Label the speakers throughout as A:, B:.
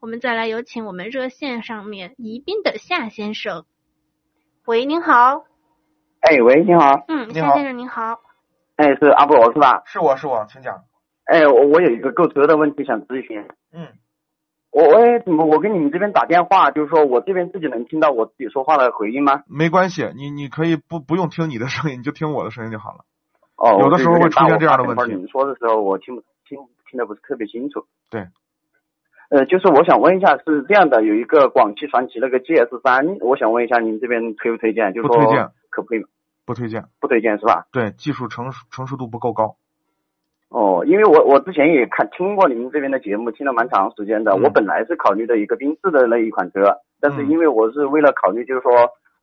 A: 我们再来有请我们热线上面宜宾的夏先生。喂，您好。
B: 哎，喂，你好。
A: 嗯，
C: 你好
A: 夏先生您好。
B: 哎，是阿波罗是吧？
C: 是我是我，请讲。
B: 哎，我我有一个购车的问题想咨询。
C: 嗯，
B: 我我哎，怎么我跟你们这边打电话，就是说我这边自己能听到我自己说话的回音吗？
C: 没关系，你你可以不不用听你的声音，你就听我的声音就好了。
B: 哦，
C: 有的时候会出现这样的
B: 我有点大我怕等
C: 问题
B: 会儿你们说的时候，我听不听听的不是特别清楚。
C: 对。
B: 呃，就是我想问一下，是这样的，有一个广汽传祺那个 GS 三，我想问一下您这边推不推荐？就是
C: 不
B: 说
C: 推荐，
B: 可不可以？
C: 不推荐。
B: 不推荐是吧？
C: 对，技术成熟成熟度不够高。
B: 哦，因为我我之前也看听过你们这边的节目，听了蛮长时间的。
C: 嗯
B: 我本来是考虑的一个缤智的那一款车，但是
C: 嗯
B: 因为我是为了考虑，就是说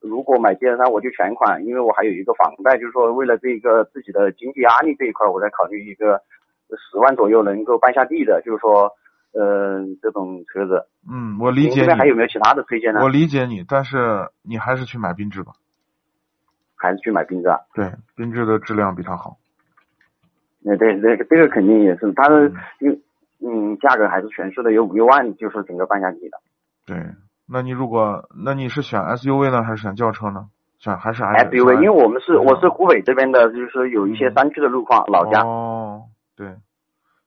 B: 如果买 GS 三我就全款，因为我还有一个房贷，就是说为了这个自己的经济压力这一块，我在考虑一个十万左右能够办下地的，就是说，呃，这种车子。
C: 嗯，我
B: 您
C: 理解
B: 这边还有
C: 你，
B: 没有其他的推荐呢
C: 我？理解你，但是你还是去买缤智吧。
B: 还是去买缤智啊？
C: 对，缤智的质量比它好。
B: 那对这个这个肯定也是，它是
C: 嗯
B: 因为嗯价格还是全市的有五六万，就是整个办下地的。
C: 对，那你如果那你是选 SUV 呢，还是选轿车呢？选还哎是
B: SUV，因为哎我们是
C: 嗯
B: 我是湖北这边的，就是说有一些山区的路况，老家，
C: 哦，对，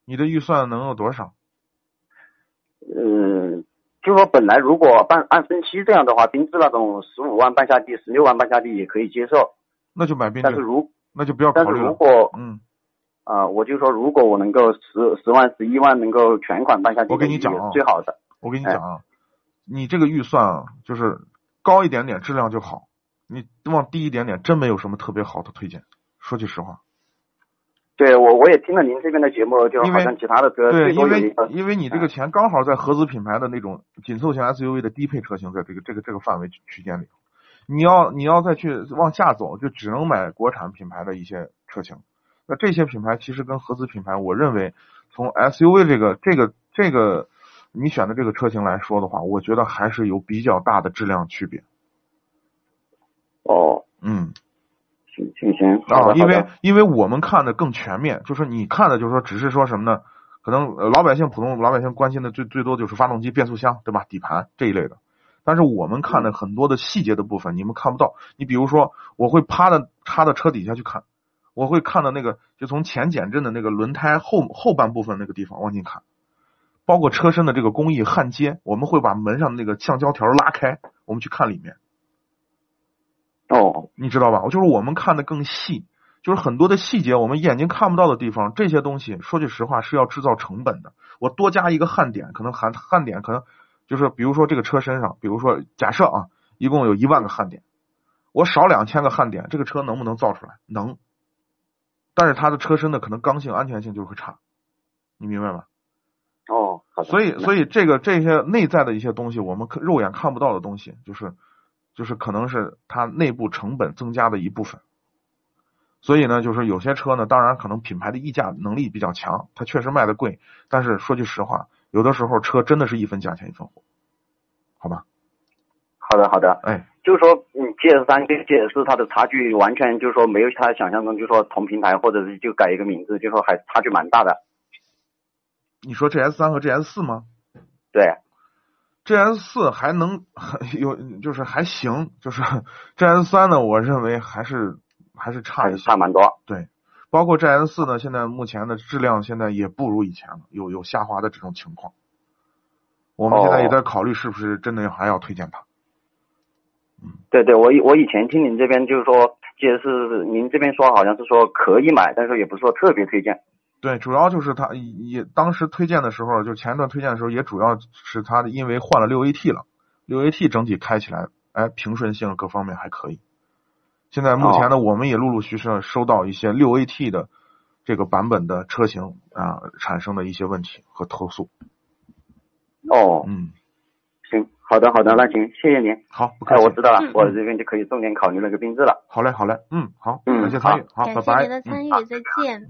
C: 你的预算能有多少？
B: 嗯，就说本来如果办按分期这样的话，缤智那种十五万办下地、十六万办下地也可以接受，
C: 那就买缤
B: 但是
C: 智，
B: 如
C: 那就不要
B: 但
C: 考
B: 是
C: 虑
B: 如
C: 了。
B: 果
C: 嗯，
B: 啊、我就说如果我能够十十万、十一万能够全款办下地，
C: 我跟你讲
B: 也是
C: 啊
B: 最好的，
C: 我跟你
B: 哎
C: 讲啊，你这个预算啊，就是高一点点，质量就好。你往低一点点，真没有什么特别好的推荐。说句实话，
B: 对我我也听了您这边的节目，就
C: 因为
B: 好像其他的车最
C: 对，因
B: 多有一
C: 为
B: 呃个哎
C: 因为你这个钱刚好在合资品牌的那种紧凑型 SUV 的低配车型，在这个这个这个范围区区间里，你要你要再去往下走，就只能买国产品牌的一些车型。那这些品牌其实跟合资品牌，我认为从 SUV 这个这个这个你选的这个车型来说的话，我觉得还是有比较大的质量区别。
B: 哦，
C: 嗯，
B: 行行行，好
C: 啊，
B: 的
C: 因
B: 好
C: 为
B: 的，
C: 因为我们看的更全面，就是你看的，就是说只是说什么呢？可能呃老百姓普通老百姓关心的最最多就是发动机、变速箱，对吧？底盘这一类的。但是我们看的很多的细节的部分，你们看不到。你比如说，我会趴的插到车底下去看，我会看到那个就从前减震的那个轮胎后后半部分那个地方往进看，包括车身的这个工艺焊接，我们会把门上的那个橡胶条拉开，我们去看里面。
B: 哦，
C: 你知道吧？就是我们看的更细，就是很多的细节我们眼睛看不到的地方，这些东西说句实话是要制造成本的。我多加一个焊点，可能焊焊点可能就是比如说这个车身上，比如说假设啊，一共有一万个焊点，我少两千个焊点，这个车能不能造出来？能，但是它的车身的可能刚性、安全性就会差，你明白吗？
B: 哦，好的，
C: 所以，所
B: 以
C: 以这个这些内在的一些东西，我们可肉眼看不到的东西，就是就是可能是它内部成本增加的一部分。所以呢，就是有些车呢，当然可能品牌的溢价能力比较强，它确实卖的贵，但是说句实话，有的时候车真的是一分价钱一分货，好吧？
B: 好的好的，
C: 哎，
B: 就是说，嗯，GS 三跟 GS 四它的差距完全就是说没有他想象中，就是说同平台或者是就改一个名字，就是说还差距蛮大的。
C: 你说 GS 三和 GS 四吗
B: 对，
C: ？GS 四还能 有，就是还行，就是 GS 三呢，我认为还是还是差
B: 还
C: 一
B: 是
C: 些。
B: 差蛮多。
C: 包括 GS 四呢，现在目前的质量现在也不如以前了，有有下滑的这种情况。我们现在也
B: 哦
C: 在考虑是不是真的还要推荐它。
B: 对对，我以我以前听您这边就是说，GS 您这边说好像是说可以买，但是也不是说特别推荐。
C: 对，主要就是它也当时推荐的时候，就前一段推荐的时候，也主要是它的因为换了六 AT 了，六 AT 整体开起来，哎，平顺性各方面还可以。现在目
B: 哦
C: 前呢，我们也陆陆续续地收到一些六 AT 的这个版本的车型啊、产生的一些问题和投诉。
B: 哦，
C: 嗯，
B: 行，好的好的，那行，谢谢您。
C: 好，不客
B: 哎，
C: 气。
B: 我知道了
A: 嗯，
B: 我这边就可以重点考虑那个缤智了。
C: 好嘞，好嘞，嗯，好，
B: 嗯
C: 感谢参与，好，
A: 感
C: 拜
A: 谢
C: 拜，
A: 您的
C: 嗯
A: 参与，再见。